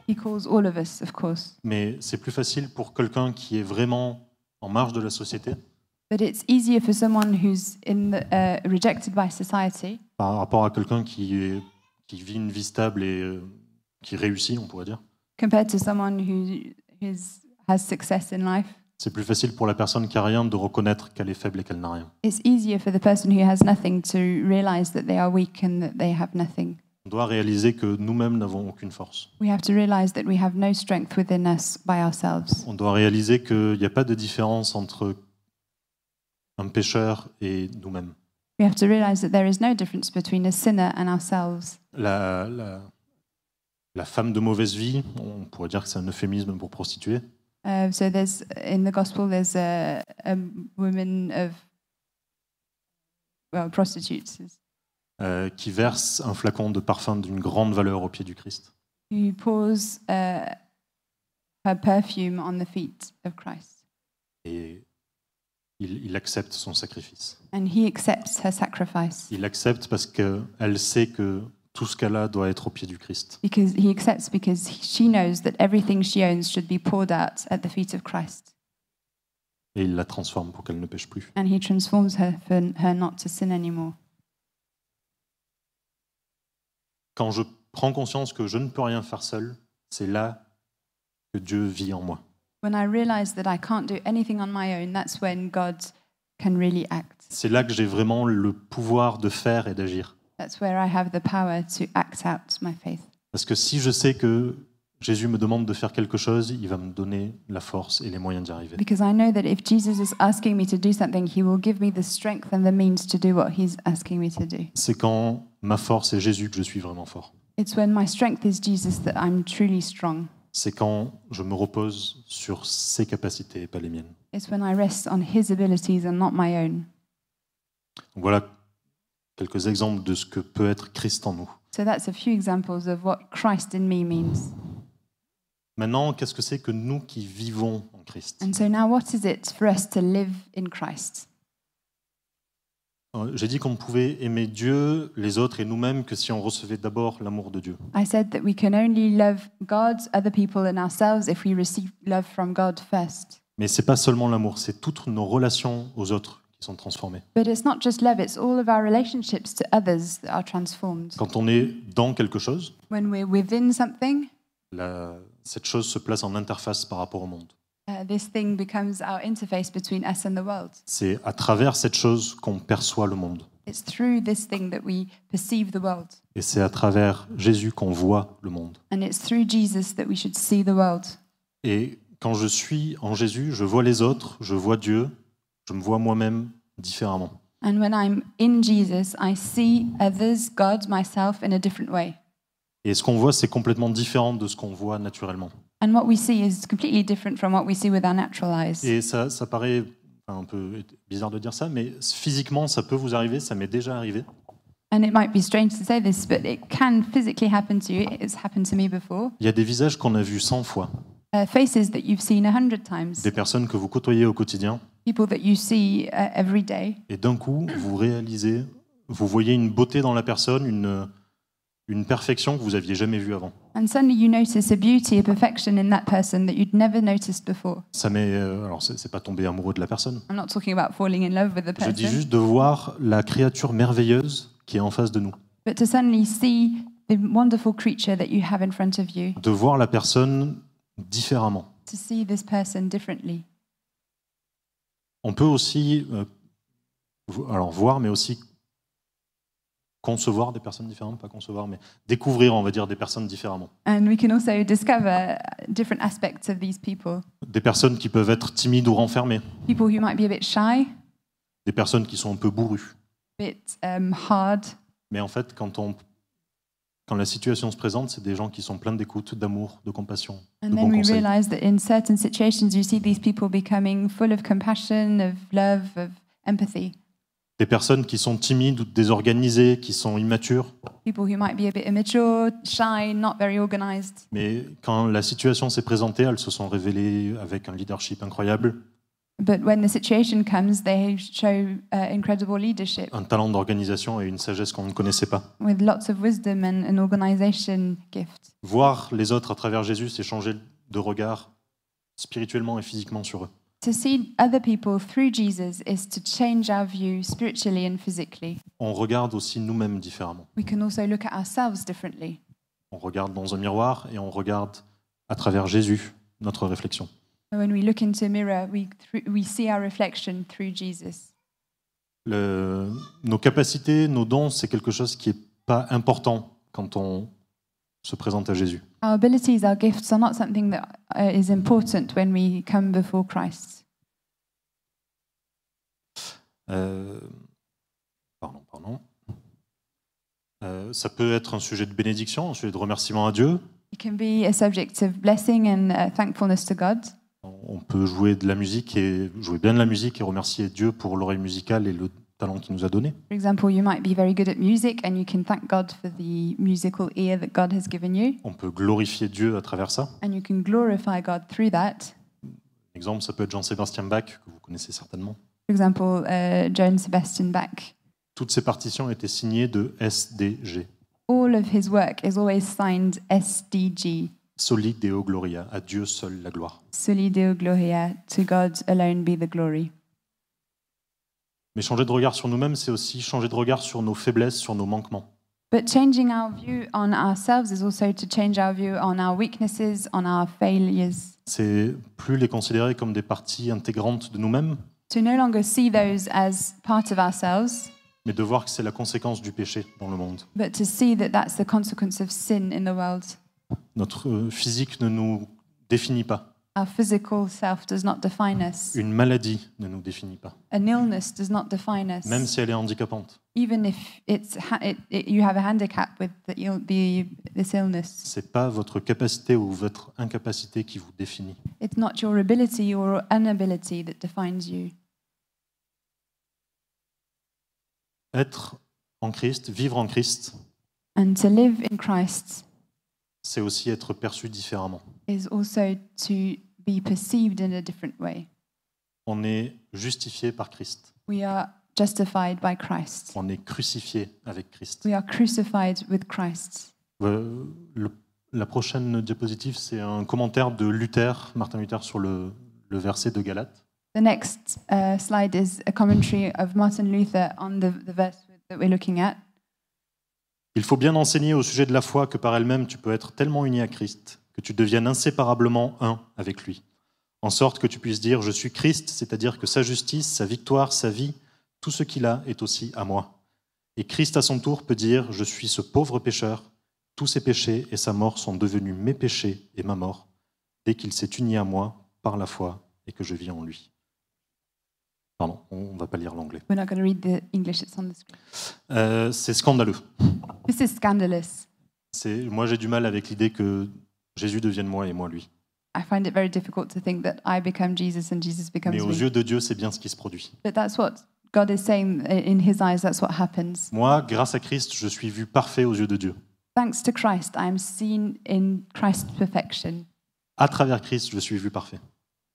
He calls all of us, of course.
Mais c'est plus facile pour quelqu'un qui est vraiment en marge de la société
But it's easier for someone who's in the, uh, rejected by society
par rapport à quelqu'un qui, est- qui vit une vie stable et euh, qui réussit, on pourrait dire.
compared to someone who is, has success in life.
C'est plus facile pour la personne qui a rien de reconnaître qu'elle est faible et qu'elle n'a rien.
It's easier for the person who has nothing to realize that they are weak and that they have nothing.
On doit réaliser que nous-mêmes n'avons aucune force.
We have to realize that we have no strength within us by ourselves.
On doit réaliser qu'il n'y a pas de différence entre un pécheur et nous-mêmes.
We have to realize that there is no difference between a sinner and ourselves.
La, la- la femme de mauvaise vie, on pourrait dire que c'est un euphémisme pour prostituée,
Uh, so there's in the gospel there's a, a woman of well prostitutes
euh, qui verse un flacon de parfum d'une grande valeur au pied du Christ.
who pours uh, her perfume on the feet of Christ.
Et il, il accepte son sacrifice.
And he accepts her sacrifice
Il accepte parce qu'elle sait que tout ce qu'elle a doit être au pied du Christ.
because he accepts because he- she knows that everything she owns should be poured out at the feet of Christ.
Et il la transforme pour qu'elle ne pêche plus.
And he transforms her for her not to sin anymore.
Quand je prends conscience que je ne peux rien faire seul, c'est là que Dieu vit en moi.
When I realize that I can't do anything on my own, that's when God can really act.
C'est là que j'ai vraiment le pouvoir de faire et d'agir.
That's where I have the power to act out my faith.
Parce que si je sais que Jésus me demande de faire quelque chose, il va me donner la force et les moyens d'y arriver.
Because I know that if Jesus is asking me to do something, he will give me the strength and the means to do what he's asking me to do.
C'est quand ma force est Jésus que je suis vraiment fort.
It's when my strength is Jesus that I'm truly strong.
C'est quand je me repose sur ses capacités et pas les miennes.
It's when I rest on his abilities and not my own.
Donc voilà quelques exemples de ce que peut être Christ en nous.
So that's a few examples of what Christ in me means.
Maintenant, qu'est-ce que c'est que nous qui vivons en Christ
And so now, what is it for us to live in Christ?
Euh, J'ai dit qu'on pouvait aimer Dieu, les autres et nous-mêmes que si on recevait d'abord l'amour de Dieu.
I said that we can only love God, other people, and ourselves if we receive love from God first.
Mais c'est pas seulement l'amour, c'est toutes nos relations aux autres qui sont transformées.
But it's not just love, it's all of our relationships to others that are transformed.
Quand on est dans quelque chose,
When we're within something,
la- cette chose se place en interface par rapport au monde.
uh, this thing becomes our interface between us and the world.
C'est à travers cette chose qu'on perçoit le monde.
It's through this thing that we perceive the world.
Et c'est à travers Jésus qu'on voit le monde.
And it's through Jesus that we should see the world.
Et quand je suis en Jésus, je vois les autres, je vois Dieu, je me vois moi-même différemment.
And when I'm in Jesus, I see others, God, myself in a different way.
Et ce qu'on voit, c'est complètement différent de ce qu'on voit naturellement.
And what we see is completely different from what we see with our natural eyes.
Et ça, ça paraît enfin, un peu bizarre de dire ça, mais physiquement, ça peut vous arriver, ça m'est déjà arrivé.
And it might be strange to say this, but it can physically happen to you. It's happened to me before.
Il y a des visages qu'on a vus 100 fois,
Uh, faces that you've seen a hundred times,
des personnes que vous côtoyez au quotidien,
people that you see uh, every day.
et d'un coup, vous réalisez, vous voyez une beauté dans la personne, une, une perfection que vous aviez jamais vue avant.
And suddenly you notice a beauty, a perfection in that person that you'd never noticed before.
Ça m'est, euh, alors c'est c'est pas tomber amoureux de la personne.
I'm not talking about falling in love with the
Je dis
person,
juste de voir la créature merveilleuse qui est en face de nous,
but to suddenly see the wonderful creature that you have in front of you,
de voir la personne différemment.
to see this person differently.
On peut aussi, euh, vo- alors voir, mais aussi concevoir des personnes différentes, pas concevoir, mais découvrir, on va dire, des personnes différemment.
And we can also discover different aspects of these people
Des personnes qui peuvent être timides ou renfermées,
people who might be a bit shy, a
des personnes qui sont un peu bourrues.
bit um, hard,
Mais en fait, quand, on, quand la situation se présente, c'est des gens qui sont pleins d'écoute, d'amour, de compassion, de
And
bons
then we
conseils.
realize that in certain situations, you see these people becoming full of compassion, of love, of empathy.
Des personnes qui sont timides ou désorganisées, qui sont immatures.
People who might be a bit immature, shy, not very organized.
Mais quand la situation s'est présentée, elles se sont révélées avec un leadership incroyable,
But when the situation comes, they show uh, incredible leadership
un talent d'organisation et une sagesse qu'on ne connaissait pas.
with lots of wisdom and an organization gift.
Voir les autres à travers Jésus, c'est changer de regard spirituellement et physiquement sur eux.
To see other people through Jesus is to change our view spiritually and physically.
On regarde aussi nous-mêmes différemment.
We can also look at ourselves differently.
On regarde dans un miroir et on regarde à travers Jésus notre réflexion.
When we look into a mirror, we, th- we see our reflection through Jesus.
Le- nos capacités, nos dons, c'est quelque chose qui n'est pas important quand on se présente à Jésus.
Our abilities, our gifts are not something that uh, is important when we come before Christ.
Euh, pardon, pardon. Euh, ça peut être un sujet de bénédiction, un sujet de remerciement à Dieu.
It can be a subject of blessing and uh, thankfulness to God.
On peut jouer de la musique et jouer bien de la musique et remercier Dieu pour l'oreille musicale et le talent qu'il nous a donné.
For example, you might be very good at music and you can thank God for the musical ear that God has given you,
On peut glorifier Dieu à travers ça.
and you can glorify God through that.
Un exemple, ça peut être Jean-Sébastien Bach, que vous connaissez certainement.
For example, uh, Joan Sebastian Bach.
Toutes ses partitions étaient signées de SDG,
All of his work is always signed SDG,
Soli Deo Gloria, à Dieu seul la gloire.
Soli Deo Gloria, to God alone be the glory.
Mais changer de regard sur nous-mêmes, c'est aussi changer de regard sur nos faiblesses, sur nos manquements.
But changing our view on ourselves is also to change our view on our weaknesses, on our failures,
C'est plus les considérer comme des parties intégrantes de nous-mêmes,
to no longer see those as part of ourselves,
mais de voir que c'est la conséquence du péché dans le monde.
but to see that that's the consequence of sin in the world.
Notre euh, physique ne nous définit pas.
Our physical self does not define us.
Une maladie ne nous définit pas,
An illness does not define
même
us.
si elle est handicapante.
Even if it's ha- it, it, you have a handicap with the, Ill, the this illness,
C'est pas votre capacité ou votre incapacité qui vous définit.
it's not your ability or inability that defines you.
Être en Christ, vivre en Christ,
And to live in Christ
c'est aussi être perçu différemment.
is also to be perceived in a different way.
On est justifié par Christ.
We are justified by Christ.
On est crucifié avec Christ.
We are crucified with Christ.
Euh, le- la prochaine diapositive, c'est un commentaire de Luther, Martin Luther, sur le, le verset de Galate.
The next uh, slide is a commentary of Martin Luther on the, the verse that we're looking at.
Il faut bien enseigner au sujet de la foi que par elle-même tu peux être tellement uni à Christ que tu deviennes inséparablement un avec lui. En sorte que tu puisses dire Je suis Christ, c'est-à-dire que sa justice, sa victoire, sa vie, tout ce qu'il a est aussi à moi. Et Christ à son tour peut dire Je suis ce pauvre pécheur, tous ses péchés et sa mort sont devenus mes péchés et ma mort, dès qu'il s'est uni à moi par la foi et que je vis en lui. Pardon, on ne va pas lire l'anglais.
We're not going to read the English, it's on the screen.
Euh, C'est scandaleux.
This is scandalous.
C'est- moi j'ai du mal avec l'idée que Jésus devienne moi et moi lui.
I find it very difficult to think that I become Jesus and Jesus becomes
Mais aux
me.
yeux de Dieu, c'est bien ce qui se produit.
But that's what God is saying i- in his eyes, that's what happens.
Moi, grâce à Christ, je suis vu parfait aux yeux de Dieu.
Thanks to Christ, I am seen in Christ's perfection.
À travers Christ, je suis vu parfait.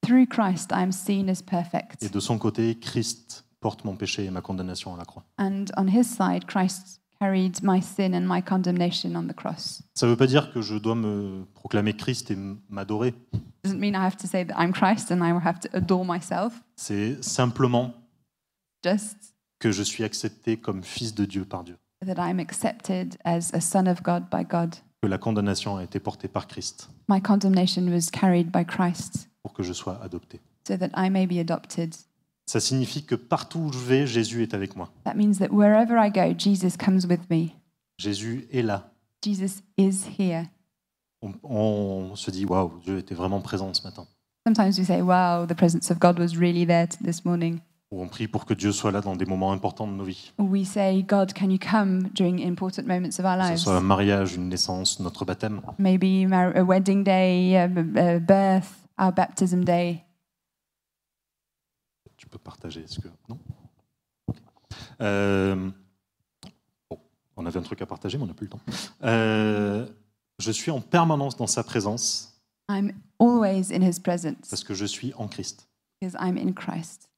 Through Christ, I am seen as perfect.
Et de son côté, Christ porte mon péché et ma condamnation à la croix.
And on his side, Christ carried my sin and my condemnation on the cross.
Ça ne veut pas dire que je dois me proclamer Christ et m- m'adorer.
Doesn't mean I have to say that I'm Christ and I will have to adore myself,
C'est simplement
just
que je suis accepté comme fils de Dieu par Dieu.
that I'm accepted as a son of God by God.
Que la condamnation a été portée par Christ
My condemnation was carried by Christ
pour que je sois adopté.
so that I may be adopted.
Ça signifie que partout où je vais, Jésus est avec moi.
That means that wherever I go, Jesus comes with me.
Jésus est là.
Jesus is here.
on, on se dit waouh, Dieu était vraiment présent ce matin.
Sometimes we say, wow, the presence of God was really there t- this morning.
Ou on prie pour que Dieu soit là dans des moments importants de nos vies,
Or we say, God, can you come during important moments of our
que ce
lives?
soit un mariage, une naissance, notre baptême.
maybe mar- a wedding day, a, a birth, our baptism day.
Tu peux partager, est-ce que non Euh, Bon, on avait un truc à partager, mais on n'a plus le temps. Euh, je suis en permanence dans sa présence
I'm always in his presence
parce que je suis en Christ.
because I'm in Christ.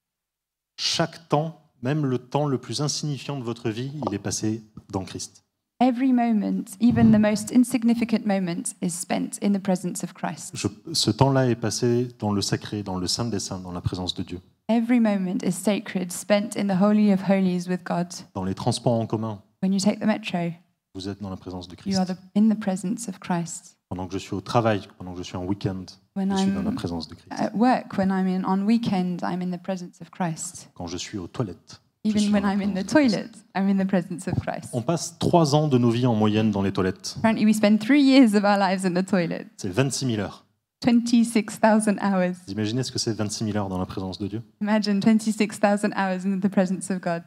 Chaque temps, même le temps le plus insignifiant de votre vie, il est passé dans Christ.
Every moment, even the most insignificant moment, is spent in the presence of Christ.
Je- ce temps-là est passé dans le sacré, dans le saint des saints, dans la présence de Dieu.
Every moment is sacred, spent in the Holy of Holies with God.
Dans les transports en commun,
When you take the metro,
Vous êtes dans la présence de
you
Christ.
are the, in the presence of Christ.
Pendant que je suis au travail, pendant que je suis en week-end,
When
je suis dans la
I'm
présence de Christ.
at work, when I'm in, on weekend, I'm in the presence of Christ.
Quand je suis aux toilettes. je suis
Even
dans
when
la
I'm in the
présence de Christ.
toilet, I'm in the presence of Christ.
On passe trois ans de nos vies en moyenne dans les toilettes.
Apparently, we spend three years of our lives in the toilet.
C'est 26 000 heures.
26,000 hours.
Vous imaginez ce que c'est 26 000 heures dans la présence de Dieu
Imagine 26,000 hours in the presence of God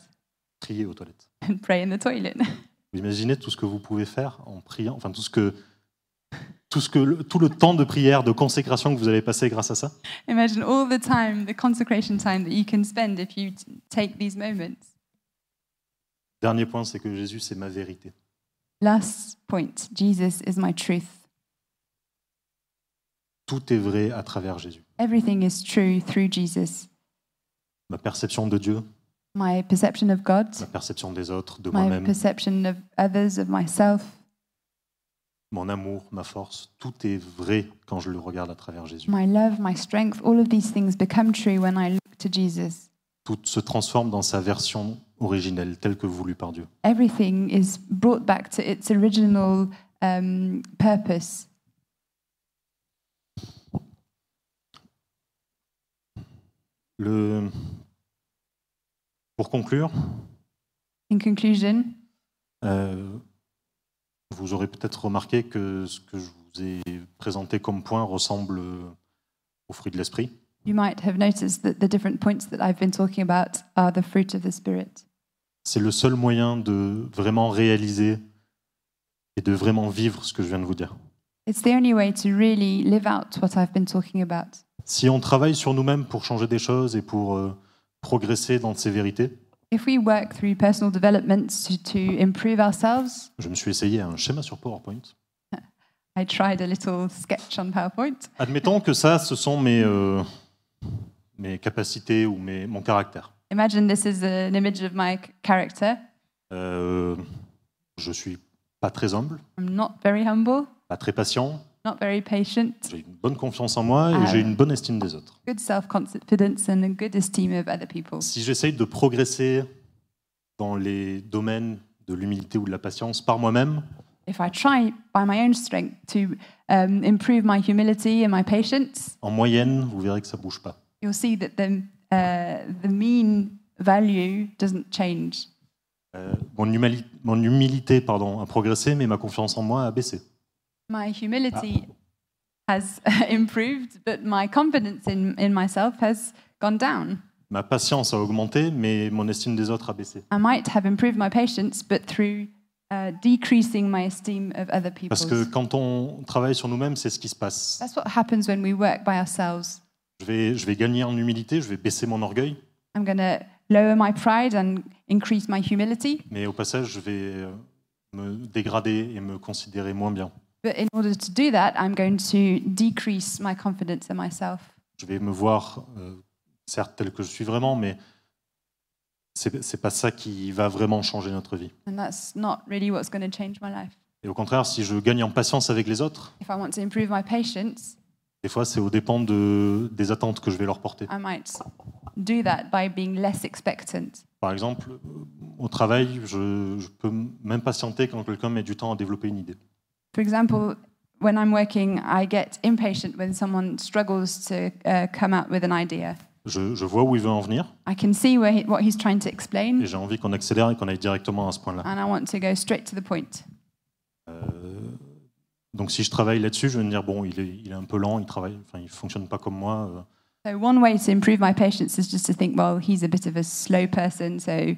Prier aux toilettes.
and pray in the toilet. <laughs>
Vous imaginez tout ce que vous pouvez faire en priant, enfin tout ce que... Tout, ce que, le- tout le temps de prière, de consécration que vous allez passer grâce à ça.
Imagine all the time, the consecration time that you can spend if you t- take these moments.
Dernier point, c'est que Jésus, c'est ma vérité.
Last point Jesus is my truth.
Tout est vrai à travers Jésus.
Everything is true through Jesus.
Ma perception de Dieu,
My perception of God,
ma perception des autres, de
my
moi-même,
perception of others, of myself,
mon amour, ma force, tout est vrai quand je le regarde à travers Jésus.
my love, my strength, all of these things become true when I look to Jesus.
Tout se transforme dans sa version originelle, telle que voulue par Dieu.
Everything is brought back to its original um, purpose.
Le... Pour conclure,
In conclusion,
Euh, vous aurez peut-être remarqué que ce que je vous ai présenté comme point ressemble euh, au fruit de l'esprit.
you might have noticed that the different points that I've been talking about are the fruit of the Spirit.
C'est le seul moyen de vraiment réaliser et de vraiment vivre ce que je viens de vous dire.
It's the only way to really live out what I've been talking about.
Si on travaille sur nous-mêmes pour changer des choses et pour euh, progresser dans ces vérités,
If we work through personal development to, to improve ourselves,
je me suis essayé à un schéma sur PowerPoint.
I tried a little sketch on PowerPoint.
Admettons que ça, ce sont mes, euh, mes capacités ou mes, mon caractère.
Imagine this is an image of my c- character.
Euh, je suis pas très humble,
I'm not very humble,
pas très patient,
not very patient,
J'ai une bonne confiance en moi et
Ah
j'ai
ouais.
une bonne estime des autres.
good self confidence, and a good esteem of other people.
Si j'essaye de progresser dans les domaines de l'humilité ou de la patience par moi-même,
If I try by my own strength to um, improve my humility and my patience,
en moyenne, vous verrez que ça bouge pas.
you'll see that the, uh, the mean value doesn't change.
Euh, mon, humali- mon humilité pardon, a progressé, mais ma confiance en moi a baissé.
My humility has <laughs> improved, but my confidence in, in myself has gone down.
Ma patience a augmenté, mais mon estime des autres a baissé.
I might have improved my patience, but through uh, decreasing my esteem of other people.
Parce que quand on travaille sur nous-mêmes, c'est ce qui se passe.
That's what happens when we work by ourselves.
Je vais, je vais gagner en humilité, je vais baisser mon orgueil,
I'm going to lower my pride and increase my humility,
mais au passage, je vais euh, me dégrader et me considérer moins bien.
but in order to do that, I'm going to decrease my confidence in myself.
je vais me voir, euh, certes, tel que je suis vraiment, mais c'est c'est pas ça qui va vraiment changer notre vie.
And that's not really what's going to change my life.
Et au contraire, si je gagne en patience avec les autres,
If I want to improve my patience,
des fois, c'est au dépend de, des attentes que je vais leur porter.
I might do that by being less expectant.
Par exemple, euh, au travail, je, je peux m'impatienter quand quelqu'un met du temps à développer une idée.
For example, when I'm working, I get impatient when someone struggles to uh, come out with an idea.
Je, je vois où il veut en venir
I can see where he, what he's trying to
et
explain,
j'ai envie qu'on accélère et qu'on aille directement à ce point-là.
and I want to go straight to the point.
Euh, donc, si je travaille là-dessus, je vais me dire bon, il est, il est un peu lent, il travaille, enfin, il fonctionne pas comme moi. euh,
So, one way to improve my patience is just to think, well, he's a bit of a slow person, so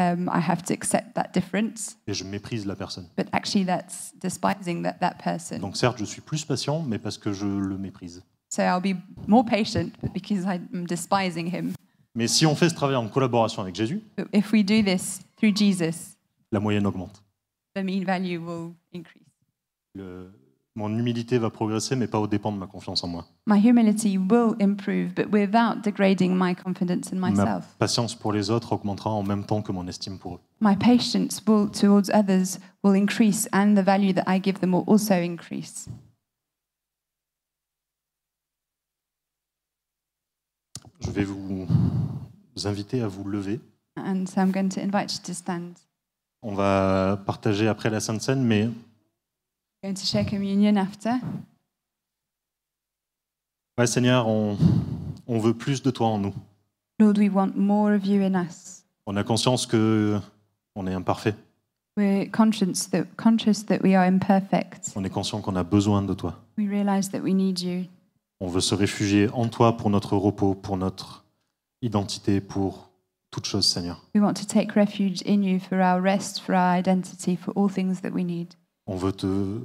um, I have to accept that difference.
et je méprise la personne.
But actually, that's despising that, that person.
Donc certes, je suis plus patient, mais parce que je le méprise.
So, I'll be more patient but because I'm despising him.
Mais si on fait ce travail en collaboration avec Jésus,
But if we do this through Jesus,
la moyenne augmente.
the mean value will increase.
Le- Mon humilité va progresser, mais pas au dépend de ma confiance en moi.
My humility will improve, but without degrading my confidence in
Ma
myself.
patience pour les autres augmentera en même temps que mon estime pour eux.
My patience will, towards others will increase, and the value that I give them will also increase.
Je vais vous vous inviter à vous lever.
And so I'm going to invite you to stand.
On va partager après la Sainte Seine, mais
We're going to share communion after.
ouais, Seigneur, on, on veut plus de toi en nous.
Lord, we want more of you in us.
On a conscience que on est imparfait.
We're conscious that, conscious that we are imperfect.
On est conscient qu'on a besoin de toi.
We realize that we need you.
On veut se réfugier en toi pour notre repos, pour notre identité, pour toute chose, Seigneur.
We want to take refuge in you for our rest, for our identity, for all things that we need.
On veut te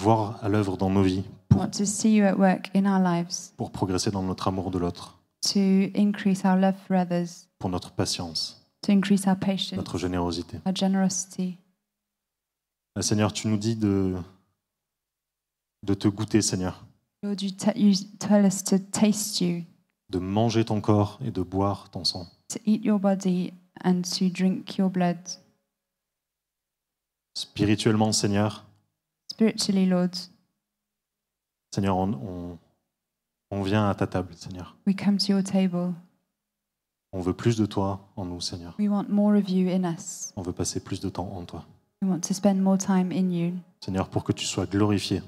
voir à l'œuvre dans nos vies
We want to see you at work in our lives,
pour progresser dans notre amour de l'autre,
to increase our love for others,
pour notre patience,
to increase our patience,
notre générosité.
our generosity.
Euh, Seigneur, tu nous dis de, de te goûter, Seigneur,
Lord, you, te- you tell us to taste you,
de manger ton corps et de boire ton sang.
to eat your body, and to drink your blood.
Spirituellement, Seigneur,
Spiritually, Lord,
Seigneur, on, on, on vient à ta table, Seigneur.
we come to your table.
On veut plus de toi en nous, Seigneur.
We want more of you in us.
On veut passer plus de temps en toi.
We want to spend more time in you,
Seigneur, pour que tu sois glorifié,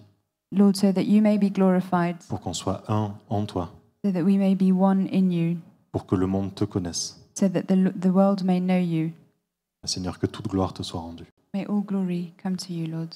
Lord, so that you may be glorified,
pour qu'on soit un en toi,
so that we may be one in you,
pour que le monde te connaisse.
so that the, the world may know you.
Seigneur, que toute gloire te soit rendue.
May all glory come to you, Lord.